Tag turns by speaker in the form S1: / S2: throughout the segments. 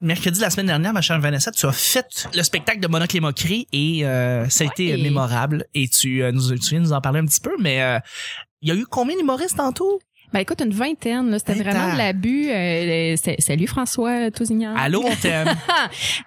S1: mercredi la semaine dernière, ma chère Vanessa, tu as fait le spectacle de Monocle et Moquerie et euh, ça a été
S2: Oui.
S1: mémorable. Et tu, euh, nous, tu viens nous en parler un petit peu, mais euh, il y a eu combien d'humoristes en tout?
S2: Ben écoute, une vingtaine, là, c'était
S1: Vingtaine.
S2: vraiment de l'abus. Euh, c'est- salut François Tousignan.
S1: Allô, on t'aime.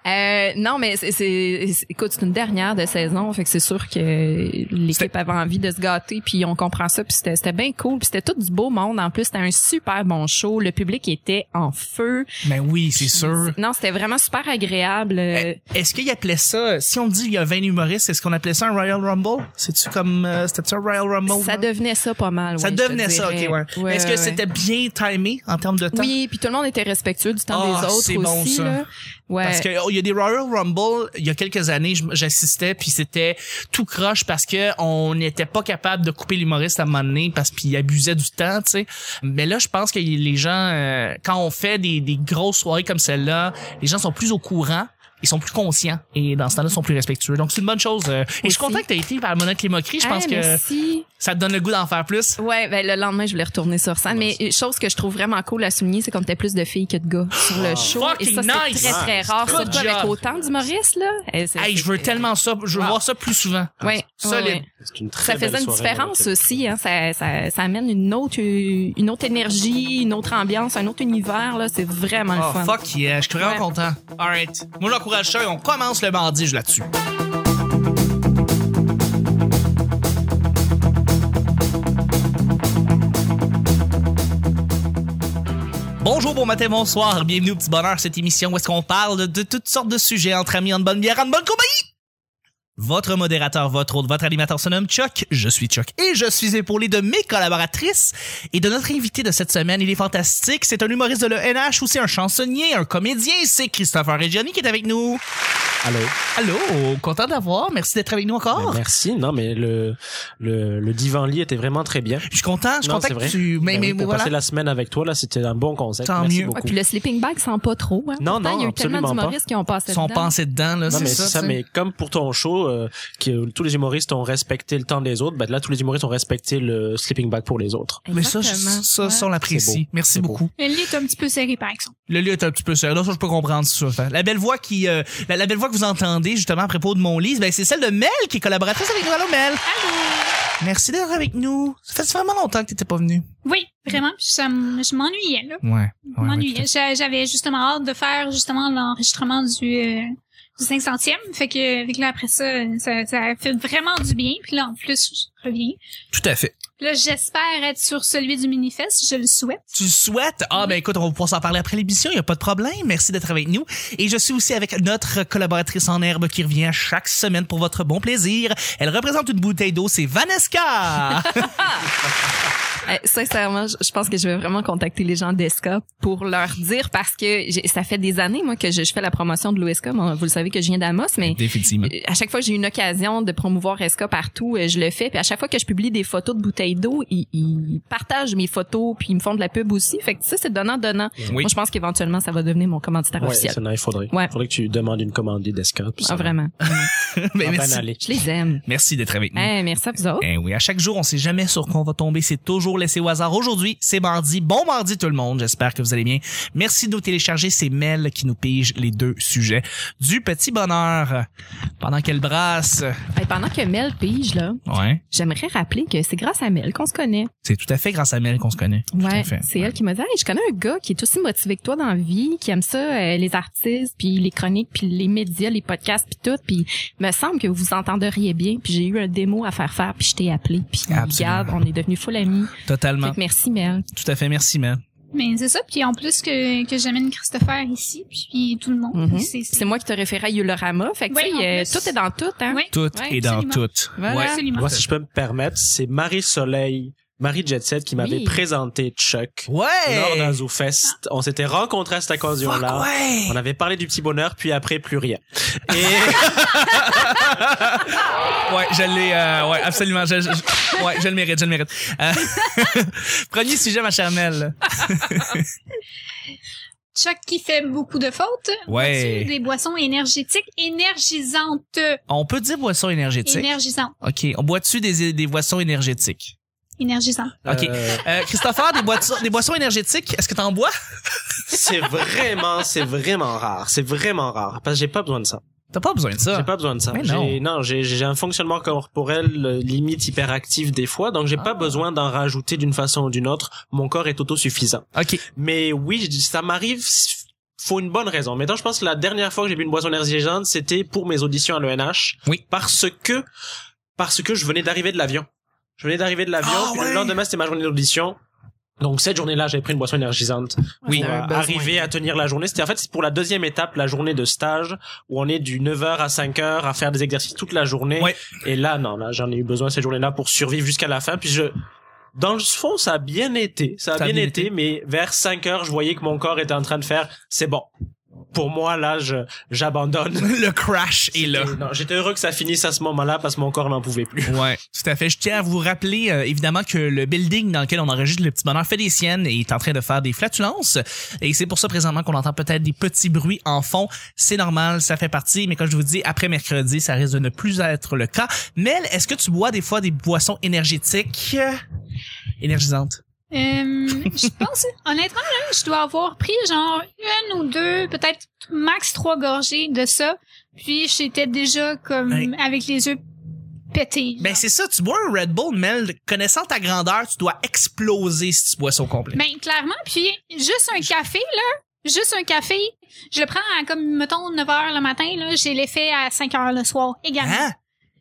S2: Euh, non, mais c'est, c'est- c'est- écoute, c'est une dernière de saison, fait que c'est sûr que l'équipe
S1: C'était-
S2: avait envie de se gâter, puis on comprend ça, puis c'était, c'était bien cool, puis c'était tout du beau monde en plus, c'était un super bon show, le public était en feu.
S1: ben oui, c'est sûr.
S2: Non, c'était vraiment super agréable. Euh,
S1: Est-ce qu'il appelait ça, si on dit il y a 20 humoristes, est-ce qu'on appelait ça un Royal Rumble? C'est-tu comme, euh, c'était-tu un Royal Rumble? hein?
S2: ça devenait ça pas mal.
S1: Ça
S2: ouais, je te
S1: devenait ça, ok, ouais.
S2: dirais.
S1: Est-ce que
S2: ouais, ouais.
S1: c'était bien timé en termes de temps?
S2: Oui, puis tout le monde était respectueux du temps
S1: Ah,
S2: des autres
S1: c'est
S2: aussi.
S1: bon, ça.
S2: là. Ouais.
S1: Parce que oh, il y a des Royal Rumble, il y a quelques années, je- j'assistais puis c'était tout croche parce que on n'était pas capable de couper l'humoriste à un moment donné parce qu'il abusait du temps, tu sais. Mais là, je pense que les gens euh, quand on fait des, des grosses soirées comme celle-là, les gens sont plus au courant. Ils sont plus conscients et dans ce temps-là, ils sont plus respectueux. Donc, c'est une bonne chose. euh. Et je suis
S2: Aussi.
S1: content que tu aies été par Monarque les Moqueries. Je
S2: Ah,
S1: pense que
S2: merci.
S1: ça te donne le goût d'en faire plus.
S2: Ouais, ben le lendemain, je voulais retourner sur scène. Mais une chose que je trouve vraiment cool à souligner, c'est qu'on était plus de filles que de gars sur le show. Et
S1: Fucking
S2: ça, c'est
S1: nice.
S2: très, très
S1: Nice.
S2: rare.
S1: Good
S2: Surtout
S1: job.
S2: avec autant d'humoristes, là. Eh, c'est-
S1: Hey, je veux
S2: c'est-
S1: tellement ça. Je veux
S2: Wow.
S1: voir ça plus souvent.
S2: Ouais,
S1: Solide.
S2: ouais, ouais.
S3: C'est une très
S2: Ça
S3: belle
S2: faisait une
S3: soirée,
S2: différence
S3: Monocle.
S2: aussi, hein. ça, ça, ça amène une autre, euh, une autre énergie, une autre ambiance, un autre univers, là. C'est vraiment le
S3: Ah,
S1: Oh,
S2: fun.
S1: fuck yeah, je suis vraiment
S2: Ouais.
S1: content. Alright. Moi, j'encourage ça et on commence le mardi, je là-dessus. Bonjour, bon matin, bonsoir. Bienvenue au petit bonheur, cette émission où est-ce qu'on parle de toutes sortes de sujets entre amis, en bonne bière, en bonne compagnie. Votre modérateur, votre hôte, votre animateur se nomme Chuck. Je suis Chuck et je suis épaulé de mes collaboratrices et de notre invité de cette semaine. Il est fantastique. C'est un humoriste de l'ENH, aussi un chansonnier, un comédien. C'est Christopher Reggiani qui est avec nous.
S3: Allô.
S1: Allô, content d'avoir. Merci d'être avec nous encore.
S2: Oh!
S3: Ben, merci. Non, mais le, le, le divan-lit était vraiment très bien.
S1: Je suis content. Je suis
S3: Non,
S1: content
S3: c'est
S1: que
S3: vrai.
S1: tu. Mais,
S3: Ben
S1: mais
S3: oui, pour
S1: voilà.
S3: passer la semaine avec toi, là, c'était un bon concept.
S1: Tant
S3: Merci
S1: mieux.
S2: Ouais,
S3: beaucoup.
S2: Ah, puis le sleeping bag sent pas trop, hein.
S3: Non,
S2: Pourtant,
S3: non,
S2: il y a eu tellement
S3: absolument pas.
S2: d'humoristes qui ont passé
S1: Ils sont
S2: dedans.
S1: pensés dedans, là.
S3: Non,
S1: C'est
S3: mais
S1: ça.
S3: c'est ça,
S1: tu sais.
S3: mais comme pour ton show, euh, que tous les humoristes ont respecté le temps des autres, ben là, tous les humoristes ont respecté le sleeping bag pour les autres.
S1: Mais ça, je-
S2: Exactement.
S1: ça,
S2: Ouais.
S1: ça, on
S3: C'est
S1: l'apprécie.
S3: beau.
S1: Merci
S3: C'est beau.
S1: beaucoup.
S4: Le lit est un petit peu serré, par exemple.
S1: Le lieu est un petit peu serré. Là, ça, je peux comprendre ça. Fait. La belle voix qui, euh, la, la belle voix que vous entendez, justement, à propos de mon lit, ben, c'est celle de Mel, qui est collaboratrice avec nous. Allô, Mel. Merci d'être avec nous. Ça fait vraiment longtemps que t'étais pas venue.
S4: Oui, vraiment, puis ça m- je m'ennuyais, là.
S1: Ouais. ouais,
S4: Je
S1: ouais,
S4: m'ennuyais. J'a- J'avais justement hâte de faire, justement, l'enregistrement du, euh, du 500e. Fait que, fait que là, après ça, ça, ça a fait vraiment du bien. Puis là, en plus, je reviens.
S1: Tout à fait.
S4: Là, j'espère être sur celui du Minifest. Je le souhaite.
S1: Tu le souhaites? Ah, ben écoute, on va pouvoir s'en parler après l'émission, il n'y a pas de problème. Merci d'être avec nous. Et je suis aussi avec notre collaboratrice en herbe qui revient chaque semaine pour votre bon plaisir. Elle représente une bouteille d'eau, c'est Vaneska!
S2: Euh, sincèrement, je je pense que je vais vraiment contacter les gens d'ESCA pour leur dire parce que j'ai- ça fait des années, moi, que je, je fais la promotion de l'OSCA. Bon, Vous le savez que je viens d'Amos, mais
S1: Définitivement.
S2: euh, à chaque fois que j'ai une occasion de promouvoir ESCA partout, euh, je le fais. Puis à chaque fois que je publie des photos de bouteilles d'eau, ils, ils partagent mes photos puis ils me font de la pub aussi. Fait que ça, c'est donnant-donnant.
S1: Oui.
S2: Moi, je pense qu'éventuellement, ça va devenir mon commanditaire
S3: Ouais,
S2: officiel.
S3: c'est nice, faudrait.
S2: Ouais.
S3: Faudrait que tu demandes une commande d'escalade.
S2: Ah, vraiment.
S1: Mais
S3: En
S1: Ben, merci.
S3: banalé.
S2: Je les aime.
S1: Merci d'être avec nous.
S2: Hey, merci à vous autres.
S1: Eh oui, à chaque jour, on sait jamais sur quoi on va tomber. C'est toujours laissé au hasard. Aujourd'hui, c'est mardi. Bon mardi tout le monde. J'espère que vous allez bien. Merci de nous télécharger. C'est Mel qui nous pige les deux sujets du petit bonheur. Pendant qu'elle brasse.
S2: Hey, pendant que Mel pige, là,
S1: Ouais.
S2: j'aimerais rappeler que c'est grâce à Mel qu'on se connaît.
S1: C'est tout à fait grâce à Mel qu'on se connaît. Tout à
S2: Ouais,
S1: fait.
S2: c'est elle qui m'a dit hey, je connais un gars qui est aussi motivé que toi dans la vie, qui aime ça euh, les artistes, puis les chroniques, puis les médias, les podcasts, puis tout, puis me semble que vous vous entendriez bien, puis j'ai eu un démo à faire faire, puis je t'ai appelé, puis
S1: Absolument.
S2: regarde, on est devenus full amis. Fait
S1: Totalement.
S2: que merci Mel.
S1: Tout à fait. Merci, Mel.
S4: Mais c'est ça. Puis en plus que, que j'amène Christopher ici, puis tout le monde.
S2: Mhm.
S4: C'est-
S2: C'est moi qui te référais à Yulorama, fait que
S4: Ouais,
S2: tu sais,
S4: en
S2: euh,
S4: plus.
S2: tout est dans tout hein.
S4: Ouais,
S1: Tout
S2: Ouais,
S1: est dans
S4: absolument.
S1: tout.
S2: Voilà.
S1: Ouais.
S4: absolument.
S3: Moi, si je peux me permettre, c'est Marie Soleil, Marie Jetset qui m'avait
S2: Oui.
S3: présenté Chuck. Lors d'un
S1: Ouais.
S3: Zoo Fest, on s'était rencontrés à cette occasion
S1: Fuck
S3: là.
S1: ouais.
S3: On avait parlé du petit bonheur, puis après plus rien. Et
S1: Ouais, je l'ai, euh, ouais, absolument. Je, je- je- ouais, je le mérite, je le mérite. Euh, Premier sujet, ma chère Mel.
S4: Chuck qui fait beaucoup de fautes.
S1: Ouais.
S4: Bois-tu Des boissons énergétiques, énergisantes.
S1: On peut dire boisson énergétique.
S4: Énergisantes.
S1: OK. On boit-tu des, des boissons énergétiques?
S4: énergisant.
S1: OK.
S3: Euh,
S1: Euh, Christopher, des, boissons- des boissons énergétiques, est-ce que t'en bois?
S3: c'est vraiment, c'est vraiment rare. C'est vraiment rare. Parce que j'ai pas besoin de ça.
S1: T'as pas besoin de
S3: J'ai
S1: ça.
S3: pas besoin de ça.
S1: Ah. Mais
S3: J'ai-
S1: non.
S3: Non, j'ai j'ai un fonctionnement corporel euh, limite hyperactif des fois, donc j'ai
S1: Ah.
S3: pas besoin d'en rajouter d'une façon ou d'une autre. Mon corps est autosuffisant.
S1: OK.
S3: Mais oui, je dis- ça m'arrive. s- Faut une bonne raison. Maintenant, je pense que la dernière fois que j'ai bu une boisson énergisante, c'était pour mes auditions à l'ENH.
S1: Oui.
S3: Parce que, parce que je venais d'arriver de l'avion. Je venais d'arriver de l'avion.
S1: Ah
S3: puis
S1: ouais.
S3: Le lendemain, c'était ma journée d'audition. Donc cette journée-là, j'avais pris une boisson énergisante
S1: Oui.
S3: pour euh, arriver à tenir la journée. C'était en fait c'est pour la deuxième étape, la journée de stage où on est du 9h à 5h à faire des exercices toute la journée.
S1: Ouais.
S3: Et là non, là j'en ai eu besoin cette journée-là pour survivre jusqu'à la fin. Puis je dans le fond, ça a bien été, ça a, bien, été, mais vers 5h, je voyais que mon corps était en train de faire c'est bon. Pour moi là, je j'abandonne.
S1: Le crash est là.
S3: C'était- non, j'étais heureux que ça finisse à ce moment-là parce que mon corps n'en pouvait plus.
S1: Ouais, tout à fait. Je tiens à vous rappeler euh, évidemment que le building dans lequel on enregistre le petit bonheur fait des siennes et est en train de faire des flatulences. Et c'est pour ça présentement qu'on entend peut-être des petits bruits en fond. C'est normal, ça fait partie. Mais comme je vous dis, après mercredi, ça risque de ne plus être le cas. Mel, est-ce que tu bois des fois des boissons énergétiques euh, énergisantes
S4: Euh, je pense, honnêtement, là, je dois avoir pris genre une ou deux, peut-être max trois gorgées de ça. Puis j'étais déjà comme
S1: Ouais.
S4: avec les yeux pétés.
S1: Ben c'est ça, tu bois un Red Bull, Mel. Connaissant ta grandeur, tu dois exploser si tu bois ça au complet.
S4: Ben, clairement. Puis, juste un café, là. Juste un café. Je le prends à, comme, mettons, 9 h le matin, là. J'ai l'effet à 5 h le soir également.
S1: Hein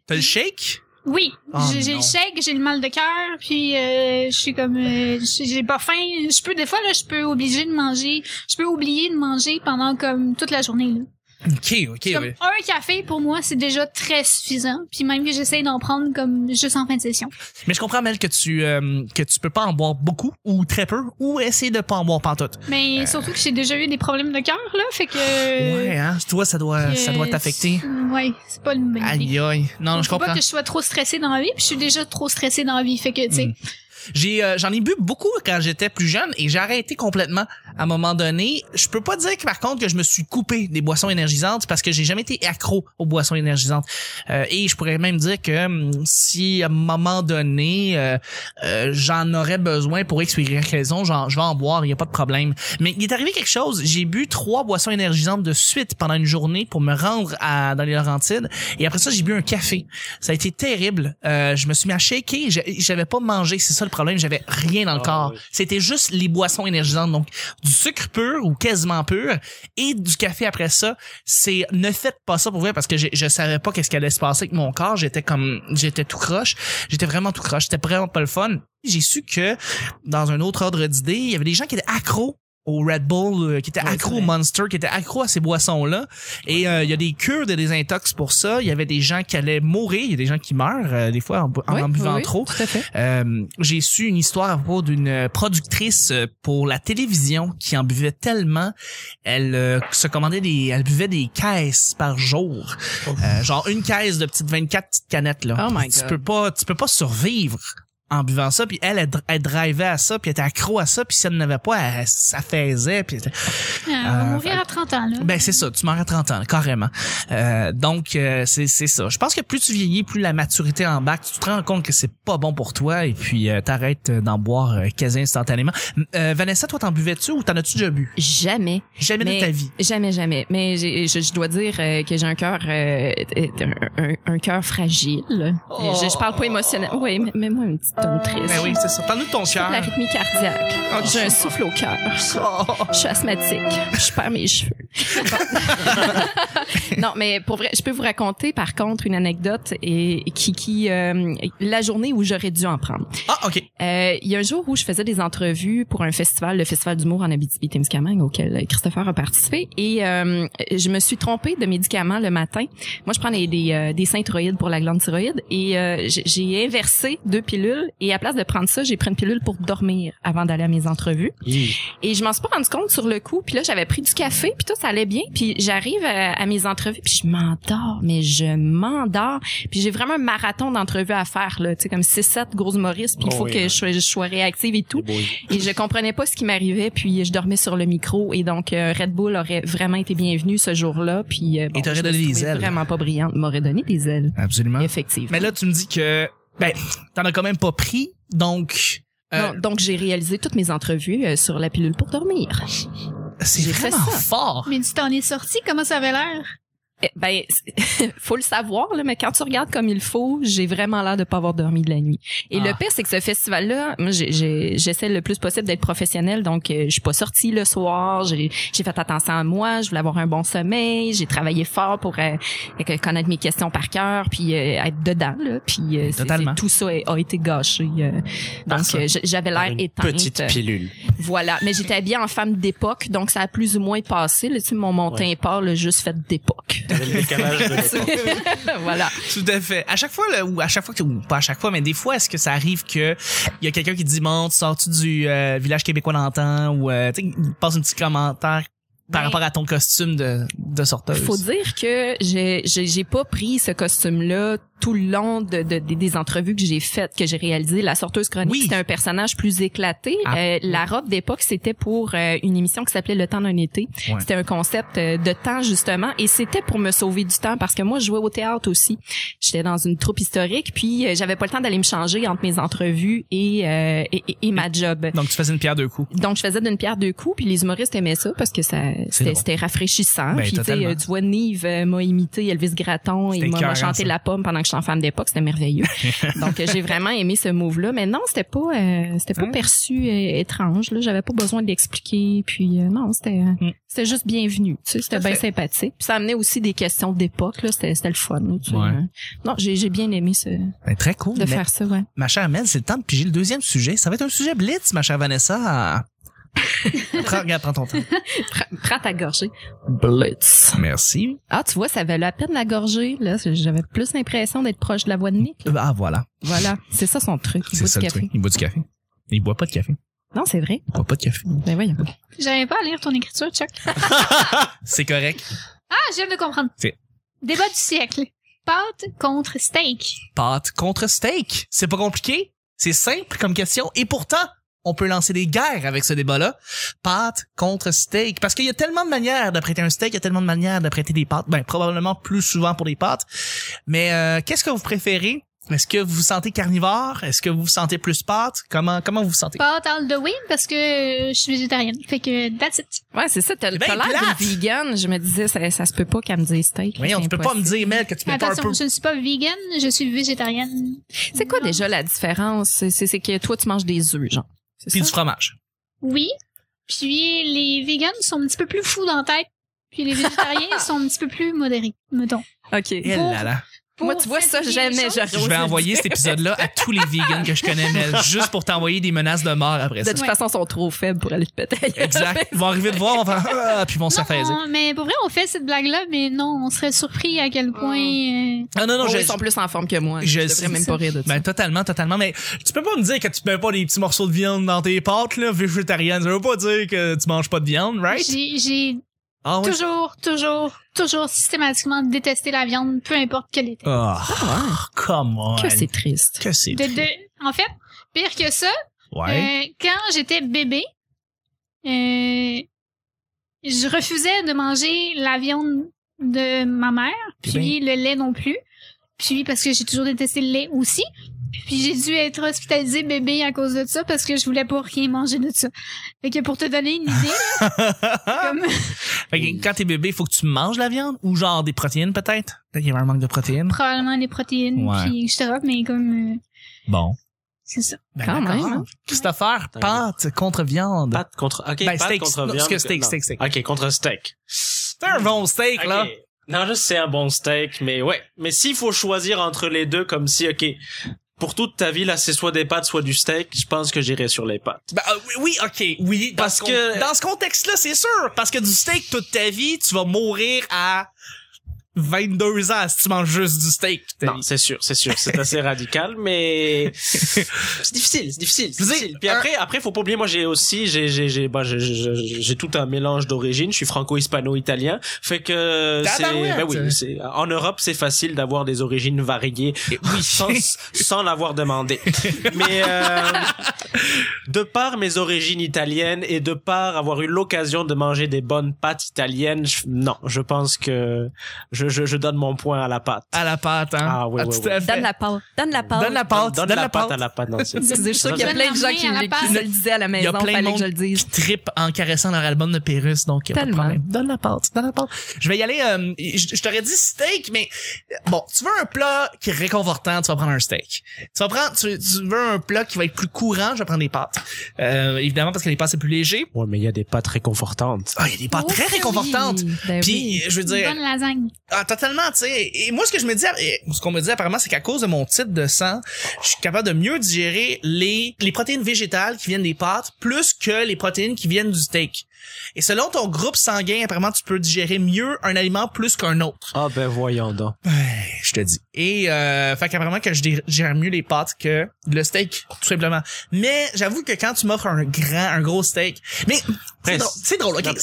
S1: T'as le shake
S4: Oui.
S1: Oh,
S4: j'ai j'ai
S1: non.
S4: le chèque, j'ai le mal de cœur, puis, euh, je suis comme, euh, j'ai j'ai pas faim. Je peux, des fois, là, je peux obliger de manger. Je peux oublier de manger pendant, comme, toute la journée, là.
S1: Ok, ok.
S4: Comme,
S1: ouais.
S4: un café, pour moi, c'est déjà très suffisant. Puis, même que j'essaie d'en prendre, comme, juste en fin de session.
S1: Mais je comprends Mel que tu euh, que tu peux pas en boire beaucoup ou très peu ou essayer de pas en boire pantoute.
S4: Mais, surtout que j'ai déjà eu des problèmes de cœur, là. Fait que.
S1: Euh. ouais, hein, toi ça doit ça doit
S4: Euh,
S1: t'affecter.
S4: c'est- Ouais, c'est pas une bonne idée.
S1: Aïe aïe. Non, je
S4: Faut
S1: comprends.
S4: pas que je sois trop stressée dans la vie, puis je suis déjà trop stressée dans la vie. Fait que, tu
S1: Hmm.
S4: sais,
S1: J'ai euh, j'en ai bu beaucoup quand j'étais plus jeune et j'ai arrêté complètement à un moment donné. Je peux pas dire que par contre que je me suis coupé des boissons énergisantes parce que j'ai jamais été accro aux boissons énergisantes. Euh, et je pourrais même dire que hum, si à un moment donné euh, euh, j'en aurais besoin pour X ou Y raison, j'en- je vais en boire, il y a pas de problème. Mais il est arrivé quelque chose, j'ai bu trois boissons énergisantes de suite pendant une journée pour me rendre à dans les Laurentides et après ça j'ai bu un café. Ça a été terrible. Euh, je me suis mis à shaker. J'a- J'avais pas mangé. C'est ça le problème. J'avais rien dans le
S3: Ah,
S1: corps.
S3: oui.
S1: C'était juste les boissons énergisantes. Donc, du sucre pur ou quasiment pur et du café après ça. C'est, ne faites pas ça pour vrai parce que j'ai- je savais pas qu'est-ce qui allait se passer avec mon corps. J'étais comme, j'étais tout croche. J'étais vraiment tout croche. C'était vraiment pas le fun. J'ai su que, dans un autre ordre d'idée, il y avait des gens qui étaient accros au Red Bull, euh, qui étaient
S3: Ouais,
S1: accros
S3: c'est
S1: au
S3: vrai.
S1: Monster, qui étaient accros à ces boissons-là. Et euh, il y a des cures de désintox pour ça. Il y avait des gens qui allaient mourir. Il y a des gens qui meurent euh, des fois en, bu- en
S2: Oui,
S1: en buvant
S2: oui,
S1: trop.
S2: Tout à fait.
S1: Euh, J'ai su une histoire à propos d'une productrice euh, pour la télévision qui en buvait tellement, elle euh, se commandait des, elle buvait des caisses par jour, Euh, genre une caisse de petites 24 petites canettes là.
S2: Oh my
S1: tu
S2: God.
S1: peux pas, tu peux pas survivre en buvant ça. Puis elle, elle, dr- elle drivait à ça, puis elle était accro à ça, puis si elle n'avait pas, elle, ça faisait. Puis
S4: euh, on va
S1: euh,
S4: mourir à 30
S2: Mm.
S4: ans, là.
S1: ben c'est ça, tu meurs à 30 ans, carrément. Euh, donc euh, c'est c'est ça. Je pense que plus tu vieillis, plus la maturité en bac, tu te rends compte que c'est pas bon pour toi et puis euh, t'arrêtes euh, d'en boire euh, quasi instantanément. M- euh, Vanessa, toi t'en buvais-tu ou t'en as-tu déjà bu
S2: Jamais.
S1: Jamais
S2: Mais-
S1: de ta vie.
S2: Jamais, jamais. Mais j'ai- je, je dois dire euh, que j'ai un cœur, euh, euh, un, un- un cœur fragile.
S1: Oh.
S2: Je, je parle pas émotionnellement. Oui, mais, mais moi, une petite
S4: Ah.
S2: tonne triste.
S1: Ben oui, c'est ça. Parle-nous de ton
S2: J'ai de
S1: cœur.
S2: l'arythmie cardiaque.
S1: Oh,
S2: J'ai un souffle au cœur.
S1: Oh.
S2: Je suis asthmatique. Je perds mes cheveux. non, mais pour vrai, je peux vous raconter par contre une anecdote et qui, qui euh, la journée où j'aurais dû en prendre.
S1: Ah ok.
S2: Euh, il y a un jour où je faisais des entrevues pour un festival, le festival d'humour en Abitibi-Témiscamingue auquel euh, Christopher a participé et euh, je me suis trompée de médicament le matin. Moi, je prends des des, euh, des synthroïdes pour la glande thyroïde et euh, j'ai- j'ai inversé deux pilules et à place de prendre ça, j'ai pris une pilule pour dormir avant d'aller à mes entrevues. Et je m'en suis pas rendu compte sur le coup. Puis là, j'avais pris du café, puis tout, ça allait bien. Puis j'arrive à, à mes entrevues, puis je m'endors, mais je m'endors. Puis j'ai vraiment un marathon d'entrevues à faire, là. Tu sais, comme 6-7 grosses Maurice, puis il
S3: Oh
S2: faut
S3: oui,
S2: que
S3: ouais.
S2: je, sois- je sois réactive et tout.
S3: Bon,
S2: Et je comprenais pas ce qui m'arrivait, puis je dormais sur le micro. Et donc, euh, Red Bull aurait vraiment été bienvenu ce jour-là. Puis, euh, bon,
S1: Et t'aurais
S2: je me
S1: donné
S2: suis
S1: des
S2: trouvée
S1: ailes. Hein?
S2: Vraiment pas brillante. M'aurait donné des ailes,
S1: Absolument.
S2: effectivement.
S1: Mais là tu me dis que ben t'en as quand même pas pris Donc, euh,
S2: Non, donc, j'ai réalisé toutes mes entrevues euh, sur la pilule pour dormir.
S1: c'est
S2: j'ai fait
S1: vraiment
S2: ça.
S1: fort.
S4: Mais tu t'en es sorti, comment ça avait l'air?
S2: Eh Ben, c'est- faut le savoir, là, mais quand tu regardes comme il faut, j'ai vraiment l'air de pas avoir dormi de la nuit. Et
S1: Ah.
S2: le pire, c'est que ce festival-là, moi, j'ai- j'ai- j'essaie le plus possible d'être professionnelle, donc euh, je suis pas sortie le soir, j'ai j'ai fait attention à moi, je voulais avoir un bon sommeil, j'ai travaillé fort pour euh, que- connaître mes questions par cœur, puis euh, être dedans, là, puis euh, c'est-
S1: Totalement.
S2: c'est- tout ça a- a été gâché. euh.
S1: Par
S2: donc,
S1: ça.
S2: euh, j- j'avais
S3: Par
S2: l'air
S3: une
S2: éteinte.
S3: petite pilule.
S2: Voilà, mais j'étais habillée en femme d'époque, donc ça a plus ou moins passé. Là, tu sais, mon montant
S3: Ouais.
S2: part, là, juste fait d'époque.
S3: T'avais le décalage de l'époque.
S2: voilà.
S1: Tout à fait. À chaque fois, là, ou à chaque fois que, ou pas à chaque fois, mais des fois, est-ce que ça arrive que il y a quelqu'un qui dit, mon, tu sors-tu du euh, village québécois d'antan ou euh, tu sais, il passe un petit commentaire par
S2: Ben,
S1: rapport à ton costume de, de sorteuse.
S2: Faut dire que j'ai j'ai j'ai pas pris ce costume-là tout le long de, de- des- des entrevues que j'ai faites, que j'ai réalisées. La sorteuse chronique,
S1: Oui.
S2: c'était un personnage plus éclaté.
S1: Ah.
S2: Euh, la robe d'époque, c'était pour euh, une émission qui s'appelait Le temps d'un été.
S1: Ouais.
S2: C'était un concept euh, de temps, justement. Et c'était pour me sauver du temps parce que moi, je jouais au théâtre aussi. J'étais dans une troupe historique, puis euh, j'avais pas le temps d'aller me changer entre mes entrevues et, euh, et, et- et ma job.
S1: Donc, tu faisais une pierre deux coups.
S2: Donc, je faisais d'une pierre deux coups, puis les humoristes aimaient ça parce que ça
S1: drôle.
S2: c'était c'était rafraîchissant.
S1: Ben,
S2: puis, tu sais,
S1: totalement.
S2: euh, tu vois, Nive euh, m'a imité Elvis Gratton et
S1: C'était
S2: m'a-
S1: écœurant,
S2: m'a chanté
S1: ça.
S2: la pomme pendant que je suis en femme d'époque. C'était merveilleux. Donc, euh, j'ai vraiment aimé ce move-là. Mais non, c'était pas, euh, c'était pas
S1: Hein?
S2: perçu euh, étrange. Là, j'avais pas besoin de l'expliquer. Puis, euh, non, c'était, euh,
S1: Mm.
S2: c'était juste bienvenu. Tu sais, c'était
S1: Tout à
S2: bien sympathique. Puis, ça amenait aussi des questions d'époque. Là, c'était, c'était le fun. là, tu sais.
S1: Ouais.
S2: Euh, non, j'ai, j'ai bien aimé ce, de
S1: Ben, très cool. Mais,
S2: faire ça. Ouais.
S1: ma chère Mel, c'est le temps de piger le deuxième sujet. Ça va être un sujet blitz, ma chère Vanessa. prends, regarde, prends ton temps.
S2: Prends- Prends ta gorgée. Blitz.
S1: Merci.
S2: Ah, tu vois, ça valait la peine la gorgée. Là, j'avais plus l'impression d'être proche de la voix de Nick.
S1: Ah, voilà.
S2: Voilà, c'est ça son truc. il
S1: C'est
S2: boit
S1: ça
S2: du
S1: le
S2: café.
S1: truc. Il boit du café. Il boit pas de café.
S2: Non, c'est vrai.
S1: Il boit pas de café.
S2: Ben voyons.
S4: J'avais pas à lire ton écriture, Chuck.
S1: C'est correct.
S4: Ah, je viens de comprendre.
S1: C'est-
S4: Débat du siècle. Pâte contre steak.
S1: Pâte contre steak. C'est pas compliqué. C'est simple comme question. Et pourtant, on peut lancer des guerres avec ce débat-là. Pâte contre steak. Parce qu'il y a tellement de manières d'apprêter un steak, il y a tellement de manières d'apprêter des pâtes. Ben, probablement plus souvent pour des pâtes. Mais euh, qu'est-ce que vous préférez? Est-ce que vous vous sentez carnivore? Est-ce que vous vous sentez plus pâte? Comment, comment vous vous sentez?
S4: Pâte all the way parce que euh, je suis végétarienne. Fait que that's it.
S2: Ouais, c'est ça. T'as
S1: C'est bien
S2: t'as l'air
S1: plate.
S2: d'une vegan. Je me disais, ça, ça se peut pas qu'elle me dise steak.
S1: Voyons,
S2: C'est
S1: tu peux pas me
S2: impossible.
S1: dire, Mel, que tu mets pas un peu...
S4: Attention, je ne suis pas vegan, je suis végétarienne.
S2: C'est quoi déjà la différence? C'est- C'est c'est que toi, tu manges des œufs, genre. C'est
S1: Puis
S2: ça?
S1: du fromage.
S4: Oui. Puis les vegans sont un petit peu plus fous dans la tête. Puis les végétariens sont un petit peu plus modérés, mettons.
S2: OK.
S1: Eh là là.
S2: Moi,
S4: Pour
S2: tu vois, ça,
S4: simplifier les
S2: jamais.
S4: choses,
S2: j'aurais
S1: Je
S2: osé
S1: vais
S2: le
S1: envoyer
S2: dire.
S1: cet épisode-là à tous les vegans que je connais, Mel, juste pour t'envoyer des menaces de mort après
S2: De
S1: ça.
S2: toute
S4: Ouais.
S2: façon, ils sont trop faibles pour aller te péter.
S1: Euh, Exact. Ils vont arriver de voir, on va faire, ah, puis ils vont se
S4: Non,
S1: faire faire
S4: on- mais pour vrai, on fait cette blague-là, mais non, on serait surpris à quel point. euh,
S1: Ah non, non,
S2: Oh,
S1: je,
S2: ils sont plus en forme que moi.
S1: Je
S2: Je,
S1: sais
S2: devrais même pas rire de ça.
S1: ben, totalement, totalement. Mais tu peux pas me dire que tu mets pas des petits morceaux de viande dans tes pâtes, là, végétarienne. Ça veut pas dire que tu manges pas de viande, right?
S4: J'ai j'ai
S1: Ah oui.
S4: toujours, toujours, toujours systématiquement détesté la viande, peu importe quelle était.
S1: Oh, come on.
S2: Ah, Que c'est triste.
S1: Que c'est.
S4: De, de- en fait, pire que ça,
S1: Ouais.
S4: euh, quand j'étais bébé, euh, je refusais de manger la viande de ma mère,
S1: Eh
S4: puis le lait non plus, puis parce que j'ai toujours détesté le lait aussi. Puis j'ai dû être hospitalisée bébé à cause de ça parce que je voulais pas rien manger de ça. Fait que pour te donner une idée, comme
S1: Ah! Fait que quand t'es bébé, faut que tu manges la viande ou genre des protéines peut-être? Peut-être qu'il y avait un manque de protéines.
S4: probablement les protéines,
S1: Ouais.
S4: puis etc. Mais comme euh,
S1: Bon.
S4: c'est ça.
S1: Ben,
S2: Quand
S1: d'accord.
S2: même, hein.
S1: Christopher,
S3: Ouais.
S1: pâte contre viande.
S3: Pâte contre, ok,
S1: Ben,
S3: pâte
S1: steak,
S3: contre
S1: non,
S3: viande.
S1: excuse, steak,
S3: non.
S1: steak, steak.
S3: Ok, contre steak.
S1: C'est un bon steak,
S3: Ok.
S1: là.
S3: Non, je sais un bon steak, mais ouais. Mais s'il faut choisir entre les deux, comme si, ok, pour toute ta vie, là, c'est soit des pâtes, soit du steak, je pense que j'irai sur les pâtes.
S1: Ben, euh, oui, oui, ok, oui. dans
S3: Parce
S1: ce
S3: que-
S1: con- dans ce contexte-là, c'est sûr, parce que du steak toute ta vie, tu vas mourir à 22 ans si tu manges juste du steak. toute ta
S3: Non,
S1: vie.
S3: c'est sûr, c'est sûr, c'est assez radical, mais c'est difficile, c'est difficile,
S1: Je
S3: c'est
S1: veux dire,
S3: difficile. Puis
S1: un-
S3: après, après, faut pas oublier, moi, j'ai aussi, j'ai, j'ai, j'ai, bah, j'ai, j'ai- j'ai tout un mélange d'origine. Je suis franco-hispano-italien, fait que c'est,
S1: Tabarouette.
S3: ben oui, c'est, en Europe, c'est facile d'avoir des origines variées, oui, sans, sans l'avoir demandé. Mais euh, de par mes origines italiennes et de par avoir eu l'occasion de manger des bonnes pâtes italiennes, je- non, je pense que je, je, je, je donne mon point à la pâte.
S1: À la pâte, hein?
S3: Ah, oui, oui,
S1: tout
S3: oui.
S1: à fait.
S2: Donne la pâte. Donne la pâte.
S1: Donne la pâte.
S3: Donne, la, pâte à la pâte. Non, c'est-
S2: Excusez, je suis sûre qu'il y a
S4: Donne
S2: plein de gens qui,
S4: l'armée à la
S2: qui
S4: pâte.
S2: me le disaient à la maison.
S1: Il y a plein de
S2: fallait
S1: monde
S2: que je le dise.
S1: qui trippe en caressant leur album de Pérus, donc y a pas de
S2: Tellement.
S1: problème. Donne la pâte, donne la pâte. Je vais y aller, euh, je, je t'aurais dit steak, mais euh, bon, tu veux un plat qui est réconfortant, tu vas prendre un steak. Tu vas prendre, tu, tu veux un plat qui va être plus courant, je vais prendre des pâtes. Euh, évidemment, parce que les pâtes, c'est plus léger.
S3: Ouais, mais il y a des pâtes réconfortantes.
S1: Ah, il y a des pâtes
S5: Oh,
S1: très
S5: oui.
S1: réconfortantes.
S2: Ben
S1: Puis, je veux dire,
S4: Bonne lasagne.
S1: ah, totalement, tu sais. Et moi, ce que je me dis, ah, et ce qu'on me dit apparemment, c'est qu'à cause de mon titre de sang, je suis capable de mieux digérer les, les protéines végétales qui viennent des pâtes plus que les protéines qui viennent du steak. Et selon ton groupe sanguin, apparemment, tu peux digérer mieux un aliment plus qu'un autre.
S3: Ah, ben voyons donc.
S1: Je te dis. Et, euh, fait qu'apparemment que je digère mieux les pâtes que le steak, tout simplement. Mais, j'avoue que quand tu m'offres un grand, un gros steak, mais, c'est
S3: Prince.
S1: drôle, c'est drôle, ok.
S3: Non.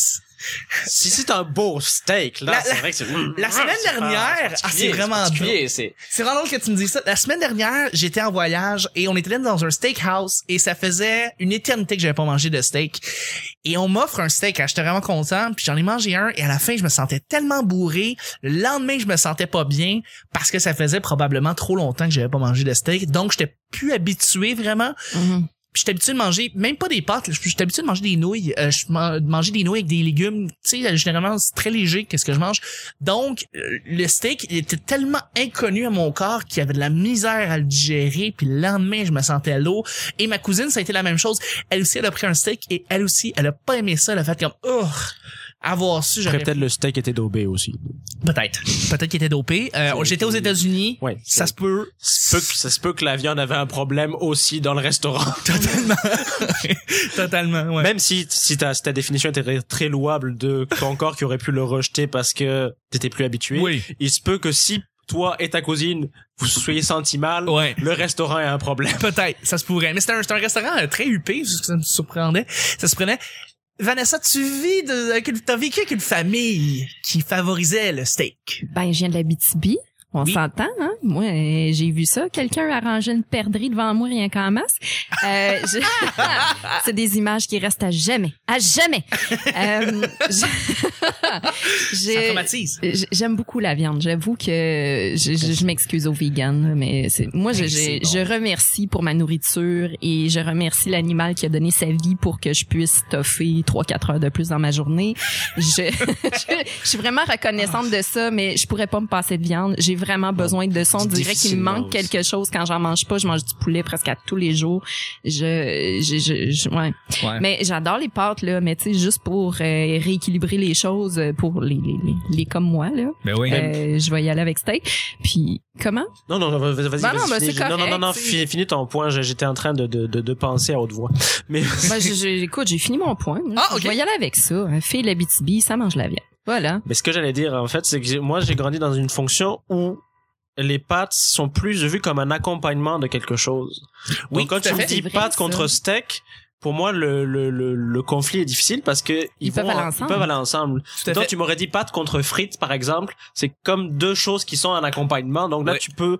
S3: Si c'est un beau steak, là,
S1: La-
S3: c'est
S1: la-
S3: vrai que c'est... Ah,
S1: la semaine
S3: c'est pas-
S1: dernière, ah, c'est
S3: particulier,
S1: vraiment
S3: particulier, c'est-
S1: C'est vraiment drôle que tu me dises ça. La semaine dernière, j'étais en voyage et on était allé dans un steakhouse et ça faisait une éternité que j'avais pas mangé de steak. Et on m'offre un steak, hein, j'étais vraiment content, puis j'en ai mangé un et à la fin, je me sentais tellement bourré. Le lendemain, je me sentais pas bien parce que ça faisait probablement trop longtemps que j'avais pas mangé de steak. Donc, j'étais plus habitué vraiment.
S2: Mhm.
S1: Puis J'étais habitué de manger même pas des pâtes, là, j'étais habitué de manger des nouilles, euh, je man- de manger des nouilles avec des légumes, tu sais généralement c'est très léger qu'est-ce que je mange. Donc euh, le steak il était tellement inconnu à mon corps qu'il y avait de la misère à le digérer, puis le lendemain je me sentais à l'eau et ma cousine ça a été la même chose, elle aussi elle a pris un steak et elle aussi elle a pas aimé ça, elle a fait comme oh avoir su
S3: Après,
S1: j'aurais
S3: peut-être le steak était daubé aussi.
S1: peut-être peut-être qu'il était dopé. Euh,
S3: C'est-
S1: j'étais aux États-Unis,
S3: Ouais.
S1: ça se peut
S3: Ça se peut que- ça se peut que la viande avait un problème aussi dans le restaurant.
S1: totalement totalement ouais.
S3: Même si, si, ta, si ta définition était très, très louable de ton corps qui aurait pu le rejeter parce que t'étais plus habitué,
S1: oui.
S3: il se peut que si toi et ta cousine vous soyez senti mal,
S1: Ouais.
S3: le restaurant a un problème.
S1: Peut-être, ça se pourrait. Mais c'était un, c'était un restaurant euh, très huppé, c'est ce que ça me surprenait. Ça se prenait. Vanessa, tu vis de, avec une- t'as vécu avec une famille qui favorisait le steak.
S2: Ben, je viens de la BTB. On
S1: Oui.
S2: s'entend, hein? Moi, euh, j'ai vu ça. Quelqu'un arrangeait une perdrix devant moi rien qu'en masse. Euh, je- C'est des images qui restent à jamais. À jamais! Euh, je-
S1: Ça
S2: J'ai-
S1: traumatise.
S2: J- J'aime beaucoup la viande. J'avoue que je, je- je m'excuse aux vegans, là, mais c'est- moi, je,
S1: Ben, c'est
S2: je- je remercie pour ma nourriture et je remercie l'animal qui a donné sa vie pour que je puisse toffer 3-4 heures de plus dans ma journée. Je, je- je suis vraiment reconnaissante de ça, mais je pourrais pas me passer de viande. J'ai vraiment besoin de ça. On
S3: c'est
S2: dirait qu'il me
S3: difficilement
S2: manque
S3: aussi.
S2: quelque chose quand j'en mange pas. Je mange du poulet presque à tous les jours. Je, je, je- je- ouais.
S1: Ouais.
S2: Mais j'adore les pâtes là, mais tu sais juste pour euh, rééquilibrer les choses euh, pour les les, les, les comme moi là.
S1: Ben oui.
S2: Euh, je vais y aller avec steak. Puis comment
S3: Non, non, vas- vas- vas-y.
S2: Ben non,
S3: vas-y,
S2: ben
S3: finis.
S2: c'est
S3: non, non, non,
S2: correct,
S3: non,
S2: c'est-
S3: fi- finis ton point. je- J'étais en train de, de, de, de penser à haute voix. Mais
S2: Moi, Ben, je- je- écoute, j'ai fini mon point.
S1: Ah, ok.
S2: Je vais y aller avec ça. Hein. Fille la BTB, ça mange la viande. Voilà.
S3: Mais ce que j'allais dire, en fait, c'est que j'ai- moi, j'ai grandi dans une fonction où les pâtes sont plus vues comme un accompagnement de quelque chose.
S1: Oui,
S3: Donc, quand
S1: tout à
S3: tu me
S1: fait.
S2: C'est
S3: dis
S2: vrai,
S3: pâtes
S2: ça.
S3: contre steak, pour moi, le, le, le, le conflit est difficile parce que ils,
S2: peuvent
S3: vont
S2: aller
S3: en-
S2: ensemble.
S3: ils peuvent aller ensemble.
S1: Tout à
S3: Donc,
S1: fait.
S3: tu m'aurais dit pâtes contre frites, par exemple. C'est comme deux choses qui sont en accompagnement. Donc là,
S1: Oui.
S3: tu peux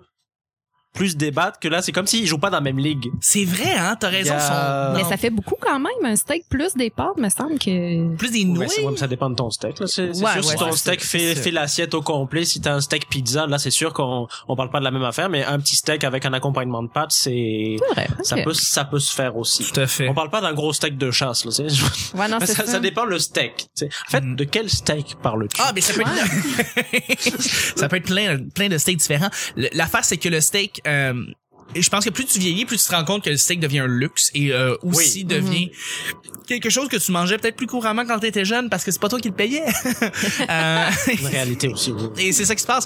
S3: plus débattre que là, c'est comme s'ils jouent pas dans la même ligue.
S1: C'est vrai, hein, t'as raison.
S3: Il y a-
S1: sont-
S2: Mais
S1: non,
S2: ça fait beaucoup quand même un steak plus des pâtes, me semble que
S1: plus des
S3: Ouais,
S1: nouilles.
S3: mais c'est- ouais, mais ça dépend de ton steak. Là. C'est, c'est
S1: Ouais,
S3: sûr
S1: ouais,
S3: si ton
S1: c'est-
S3: steak
S1: c'est-
S3: fait,
S1: c'est-
S3: fait l'assiette au complet, si t'as un steak pizza, là c'est sûr qu'on on parle pas de la même affaire, mais un petit steak avec un accompagnement de pâtes, c'est
S2: c'est vrai.
S3: ça
S2: ok.
S3: peut ça peut se faire aussi.
S1: à fait. Ah,
S3: On parle pas d'un gros steak de chasse, là. tu sais.
S2: Ouais, non,
S3: ça,
S2: c'est ça.
S3: ça dépend le steak. tu sais. En fait,
S1: Mhm.
S3: de quel steak parles-tu
S1: Ah, mais ça peut être, ça peut être plein, plein de steaks différents. Le- L'affaire, c'est que le steak, euh, je pense que plus tu vieillis, plus tu te rends compte que le steak devient un luxe et euh, aussi
S3: Oui.
S1: devient quelque chose que tu mangeais peut-être plus couramment quand t'étais jeune parce que c'est pas toi qui le payais. Euh,
S3: Une réalité aussi. oui.
S1: et c'est ça qui se passe.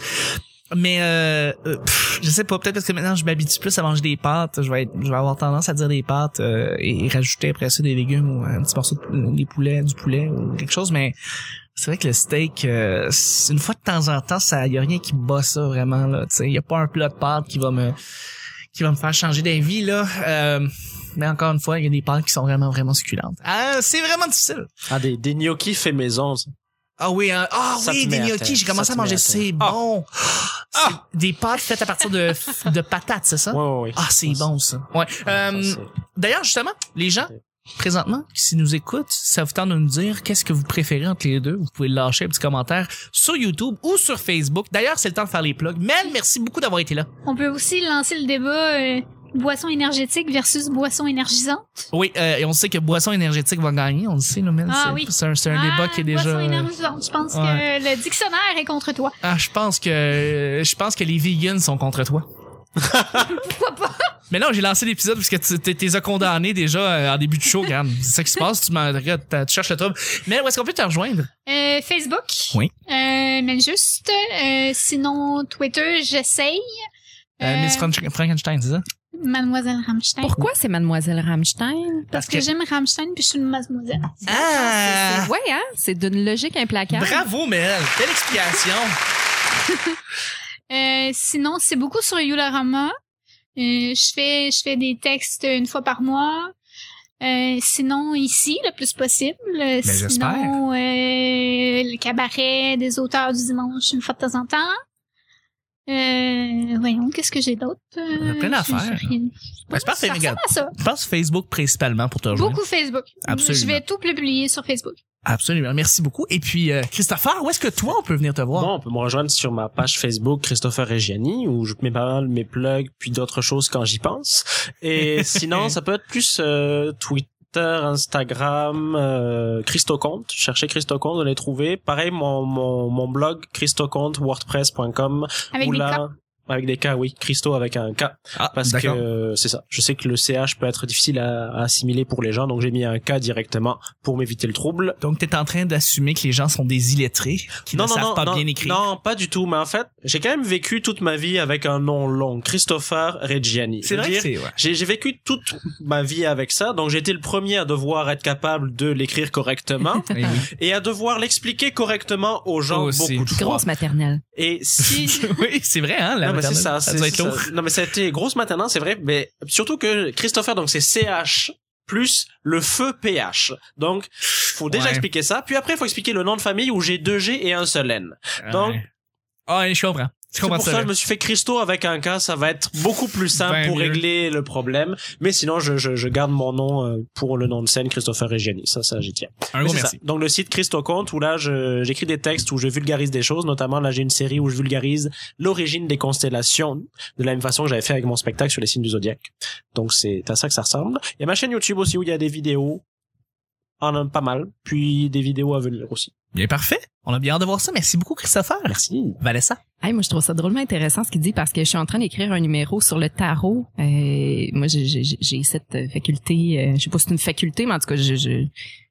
S1: Mais euh, euh, pff, je sais pas, peut-être parce que maintenant je m'habitue plus à manger des pâtes, je vais être, je vais avoir tendance à dire des pâtes euh, et, et rajouter après ça des légumes ou un petit morceau de, des poulets, du poulet ou quelque chose. Mais c'est vrai que le steak, euh, c'est- une fois de temps en temps, ça y a rien qui bat ça vraiment là. Tu sais, y a pas un plat de pâtes qui va me qui va me faire changer d'avis là. Euh, mais encore une fois, il y a des pâtes qui sont vraiment vraiment succulentes. Ah, c'est vraiment difficile.
S3: Ah, des, des gnocchis faits maison. ça.
S1: Ah oui, hein. ah
S3: Ça
S1: oui,
S3: te
S1: des
S3: met à
S1: gnocchis,
S3: terre.
S1: j'ai commencé
S3: Ça
S1: à
S3: te met
S1: manger,
S3: à
S1: c'est
S3: terre.
S1: bon. C'est Des pâtes faites à partir de, de patates, c'est ça?
S3: Ouais, ouais, ouais.
S1: Ah, c'est
S3: Ouais,
S1: bon, ça. Ouais.
S3: ça,
S1: Euh,
S3: c'est-
S1: D'ailleurs, justement, les gens, présentement, qui nous écoutent, ça vous tente de nous dire qu'est-ce que vous préférez entre les deux, vous pouvez lâcher un petit commentaire sur YouTube ou sur Facebook. D'ailleurs, c'est le temps de faire les plugs. Mel, merci beaucoup d'avoir été là.
S4: On peut aussi lancer le débat euh, boisson énergétique versus boisson énergisante.
S1: Oui, euh, et on sait que boisson énergétique va gagner, on le sait, là, Mel.
S4: Ah
S1: c'est,
S4: oui.
S1: c'est un, c'est un débat qui est déjà. euh,
S4: Boisson énergisante. Je pense
S1: Ouais.
S4: que le dictionnaire est contre toi.
S1: Ah, je pense que je pense que les vegans sont contre toi.
S4: Pourquoi pas?
S1: Mais non, j'ai lancé l'épisode parce que tu t'es- t'es condamné déjà euh, en début de show, regarde. C'est ça qui se passe, tu, m'en- regarde, t'as- tu cherches le trouble. Mais où est-ce qu'on peut te rejoindre?
S4: Euh, Facebook.
S1: Oui.
S4: Euh, mais juste. euh, sinon, Twitter, j'essaye.
S1: Euh, Miss Frank- Frankenstein, c'est ça?
S4: Mademoiselle Rammstein.
S2: Pourquoi c'est Mademoiselle Rammstein?
S4: Parce que, j'aime Rammstein puis je suis une mademoiselle.
S1: Ah!
S2: Ouais, hein? C'est d'une logique implacable.
S1: Bravo, Mel! Quelle explication!
S4: Euh, sinon, c'est beaucoup sur Yulorama. Euh, je fais je fais des textes une fois par mois. Euh, sinon, ici, le plus possible. Mais
S1: Ben, j'espère.
S4: sinon, euh, le cabaret des auteurs du dimanche, une fois de temps en temps. Euh, voyons, qu'est-ce que j'ai d'autre? Euh,
S1: On a plein d'affaires. Ben, c'est parfait,
S4: ça
S1: regarde.
S4: ressemble à ça.
S1: Je pense Facebook principalement pour te rejoindre.
S4: Beaucoup Facebook.
S1: Absolument.
S4: Je vais tout publier sur Facebook.
S1: Absolument, merci beaucoup. Et puis, euh, Christopher, où est-ce que toi, on peut venir te voir?
S3: Bon, on peut me rejoindre sur ma page Facebook Christopher Reggiani où je mets pas mal mes plugs puis d'autres choses quand j'y pense. Et sinon, ça peut être plus euh, Twitter, Instagram, euh, Christocomte. Cherchez Christocomte, vous allez trouver. Pareil, mon, mon, mon blog Christocomte, wordpress.com.
S4: Avec
S3: où
S4: des
S3: là-
S4: cas.
S3: Avec des K, oui. Christo avec un K.
S1: Ah,
S3: Parce que
S1: d'accord.
S3: euh, c'est ça. Je sais que le CH peut être difficile à, à assimiler pour les gens, donc j'ai mis un K directement pour m'éviter le trouble.
S1: Donc, t'es en train d'assumer que les gens sont des illettrés, qui ne savent pas
S3: non,
S1: bien écrire.
S3: Non, pas du tout. Mais en fait, j'ai quand même vécu toute ma vie avec un nom long, Christopher Reggiani.
S1: C'est vrai
S3: Je veux
S1: que
S3: dire,
S1: c'est, ouais.
S3: J'ai j'ai vécu toute ma vie avec ça, donc j'ai été le premier à devoir être capable de l'écrire correctement
S1: Eh oui.
S3: et à devoir l'expliquer correctement aux gens
S1: Aussi.
S3: beaucoup de fois.
S2: Grosse maternelle.
S3: Et si
S1: oui, c'est vrai, hein? La
S3: non, mais c'est ça,
S1: maternelle.
S3: c'est
S1: doit être
S3: ça.
S1: lourd.
S3: Non, mais ça a été grosse maintenant, c'est vrai, mais surtout que Christopher, donc c'est CH plus le feu PH. Donc, faut déjà
S1: Ouais.
S3: expliquer ça. Puis après, faut expliquer le nom de famille où j'ai deux G et un seul N. Donc-
S1: Ouais. Ah, je comprends. Je
S3: C'est
S1: comprends
S3: pour ça
S1: ça.
S3: que je me suis fait Christo avec un K, ça va être beaucoup plus simple
S1: Ben
S3: pour
S1: mieux.
S3: régler le problème. Mais sinon, je, je, je garde mon nom euh, pour le nom de scène, Christopher Reggiani. Ça, ça, j'y tiens.
S1: Un
S3: Mais
S1: gros
S3: c'est
S1: merci.
S3: ça. Donc le site Christo Compte, où là, je- j'écris des textes où je vulgarise des choses. Notamment, là, j'ai une série où je vulgarise l'origine des constellations, de la même façon que j'avais fait avec mon spectacle sur les signes du zodiaque. Donc c'est à ça que ça ressemble. Il y a ma chaîne YouTube aussi où il y a des vidéos, en a pas mal, puis des vidéos à venir aussi.
S1: Bien parfait. On a bien hâte de voir ça. Merci beaucoup, Christopher.
S3: Merci.
S1: Valessa.
S2: Hey, moi, je trouve ça drôlement intéressant ce qu'il dit parce que je suis en train d'écrire un numéro sur le tarot. Euh, moi, j'ai- j'ai j'ai cette euh, faculté, euh, je sais pas si c'est une faculté, mais en tout cas, je, je,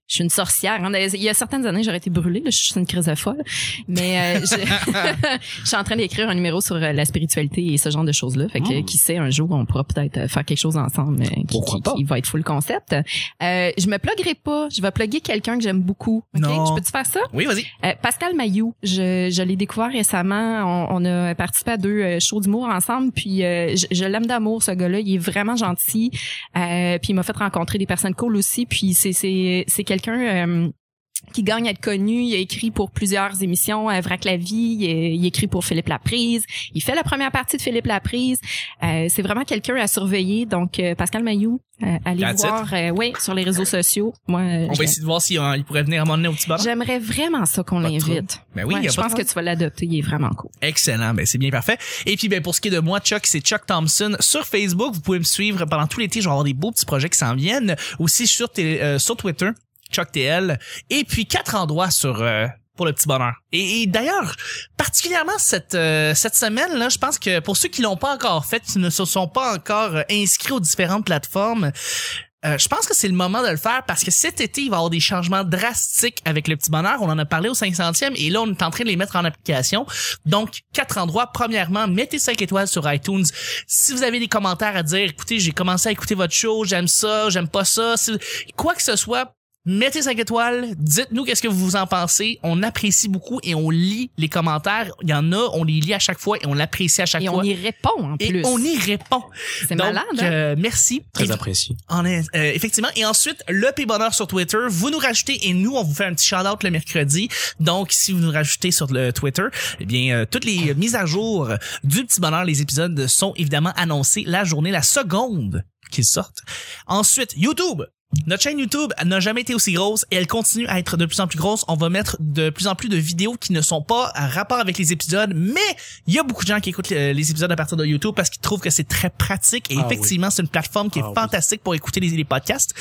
S2: je suis une sorcière. hein. Il y a certaines années, j'aurais été brûlée. Là, je suis une crise de folle. Mais euh, je, je suis en train d'écrire un numéro sur euh, la spiritualité et ce genre de choses-là. Fait que
S3: Mm.
S2: qui sait, un jour, on pourra peut-être faire quelque chose ensemble euh, qui,
S1: Ah. Pourquoi
S2: qui-
S1: pas?
S2: qui va être full concept. Euh, je me pluguerai pas. Je vais plugger quelqu'un que j'aime beaucoup. Ok?
S1: Non.
S2: Je peux-tu faire ça?
S1: Oui, vas-y.
S2: Euh, Pascal Mayou, je, je l'ai découvert récemment. On, on a participé à deux euh, shows d'humour ensemble, puis euh, je, je l'aime d'amour ce gars-là. Il est vraiment gentil, Euh, puis il m'a fait rencontrer des personnes cool aussi. Puis c'est c'est c'est quelqu'un. euh, qui gagne à être connu, il a écrit pour plusieurs émissions, à Vrac la vie, il, est- il écrit pour Philippe Laprise, il fait la première partie de Philippe Laprise. Euh, c'est vraiment quelqu'un à surveiller. Donc euh, Pascal Mayou, euh, allez
S1: That's it.
S2: voir, euh, ouais, sur les réseaux sociaux. Moi, euh,
S1: On va essayer de voir si hein, il pourrait venir à un moment donné au petit bar.
S2: J'aimerais vraiment ça qu'on
S1: Pas de
S2: l'invite.
S1: Ben oui,
S2: Ouais,
S1: il y a
S2: je
S1: pas
S2: pense
S1: de
S2: que tu vas l'adopter, il est vraiment cool.
S1: Excellent, ben c'est bien parfait. Et puis ben pour ce qui est de moi, Chuck, c'est Chuck Thompson sur Facebook. Vous pouvez me suivre pendant tout l'été. Je vais avoir des beaux petits projets qui s'en viennent. Aussi je suis sur, t- euh, sur Twitter, Chuck TL. Et puis quatre endroits sur euh, pour le petit bonheur. Et, et d'ailleurs, particulièrement cette euh, cette semaine là, je pense que pour ceux qui l'ont pas encore fait, qui ne se sont pas encore euh, inscrits aux différentes plateformes. euh, je pense que c'est le moment de le faire parce que cet été, il va y avoir des changements drastiques avec le petit bonheur. On en a parlé au 500e et là, on est en train de les mettre en application. Donc, quatre endroits. Premièrement, mettez 5 étoiles sur iTunes. Si vous avez des commentaires à dire, écoutez, j'ai commencé à écouter votre show, j'aime ça, j'aime pas ça, si- quoi que ce soit, mettez 5 étoiles, dites-nous qu'est-ce que vous en pensez. On apprécie beaucoup et on lit les commentaires. Il y en a, on les lit à chaque fois et on l'apprécie à chaque
S2: Et
S1: fois.
S2: on y répond en
S1: et
S2: plus.
S1: on y répond.
S2: C'est
S1: Donc,
S2: malade. hein?
S1: euh, merci. Et-
S3: Très apprécié.
S1: en est- euh, effectivement. Et ensuite, le P Bonheur sur Twitter. Vous nous rajoutez et nous, on vous fait un petit shout-out le mercredi. Donc, si vous nous rajoutez sur le Twitter, eh bien, euh, toutes les mises à jour du Petit Bonheur, les épisodes sont évidemment annoncés la journée, la seconde qu'ils sortent. Ensuite, YouTube. Notre chaîne YouTube n'a jamais été aussi grosse et elle continue à être de plus en plus grosse. On va mettre de plus en plus de vidéos qui ne sont pas à rapport avec les épisodes, mais il y a beaucoup de gens qui écoutent les, les épisodes à partir de YouTube parce qu'ils trouvent que c'est très pratique et
S3: Ah
S1: effectivement, c'est une plateforme qui est
S3: Ah oui.
S1: fantastique pour écouter les, les podcasts.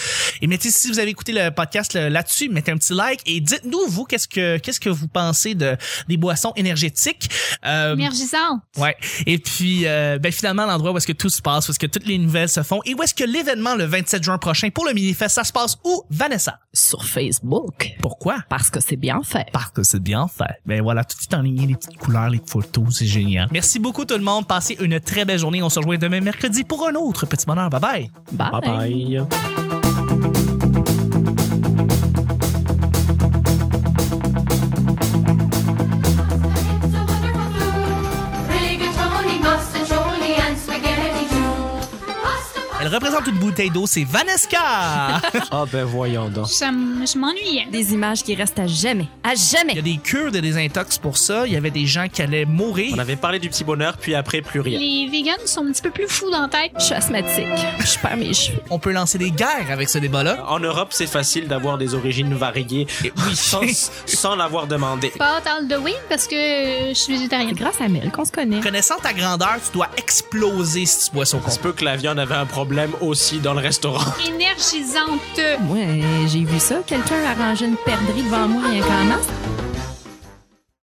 S1: Et mettez, si vous avez écouté le podcast là- là-dessus, mettez un petit like et dites-nous, vous, qu'est-ce que, qu'est-ce que vous pensez de, des boissons énergétiques. Euh,
S4: Énergisante.
S1: Ouais. Et puis, euh, ben finalement, l'endroit où est-ce que tout se passe, où est-ce que toutes les nouvelles se font, et où est-ce que l'événement le 27 juin prochain pour le mini-fest, ça se passe où, Vanessa?
S6: Sur Facebook,
S1: Pourquoi?
S6: parce que c'est bien fait.
S1: Parce que c'est bien fait. Ben voilà, tout est en ligne, les petites couleurs, les photos, c'est génial. Merci beaucoup tout le monde. Passez une très belle journée. On se rejoint demain mercredi pour un autre petit bonheur. Bye bye.
S3: Bye bye.
S7: It's a wonderful food. Rigatoni, mustacholi, and spaghetti too. Pasta,
S1: Elle représente une bouteille d'eau, c'est Vanessa!
S3: Ah ben voyons donc.
S4: Ça m- Je m'ennuyais.
S6: Des images qui restent à jamais, à
S1: Il y a
S6: jamais.
S1: des cures de désintox pour ça. Il y avait des gens qui allaient
S3: On
S1: mourir.
S3: avait parlé du petit bonheur, puis après, plus rien.
S4: Les vegans sont un petit peu plus fous dans la tête.
S6: Je suis asthmatique, je perds mes cheveux.
S1: On peut lancer des guerres avec ce débat-là.
S3: En Europe, c'est facile d'avoir des origines variées oui, sans, sans l'avoir demandé.
S4: Pas autant de weed parce que euh, je suis
S6: C'est
S4: végétarienne.
S6: grâce à Mel qu'on se connaît.
S1: Connaissant ta grandeur, tu dois exploser si tu bois son
S3: Ça se peut que la viande avait un problème aussi dans le restaurant.
S4: Énergisante.
S6: Moi, euh, j'ai vu ça, quelqu'un arrangeait une perdrix devant moi rien qu'en masse.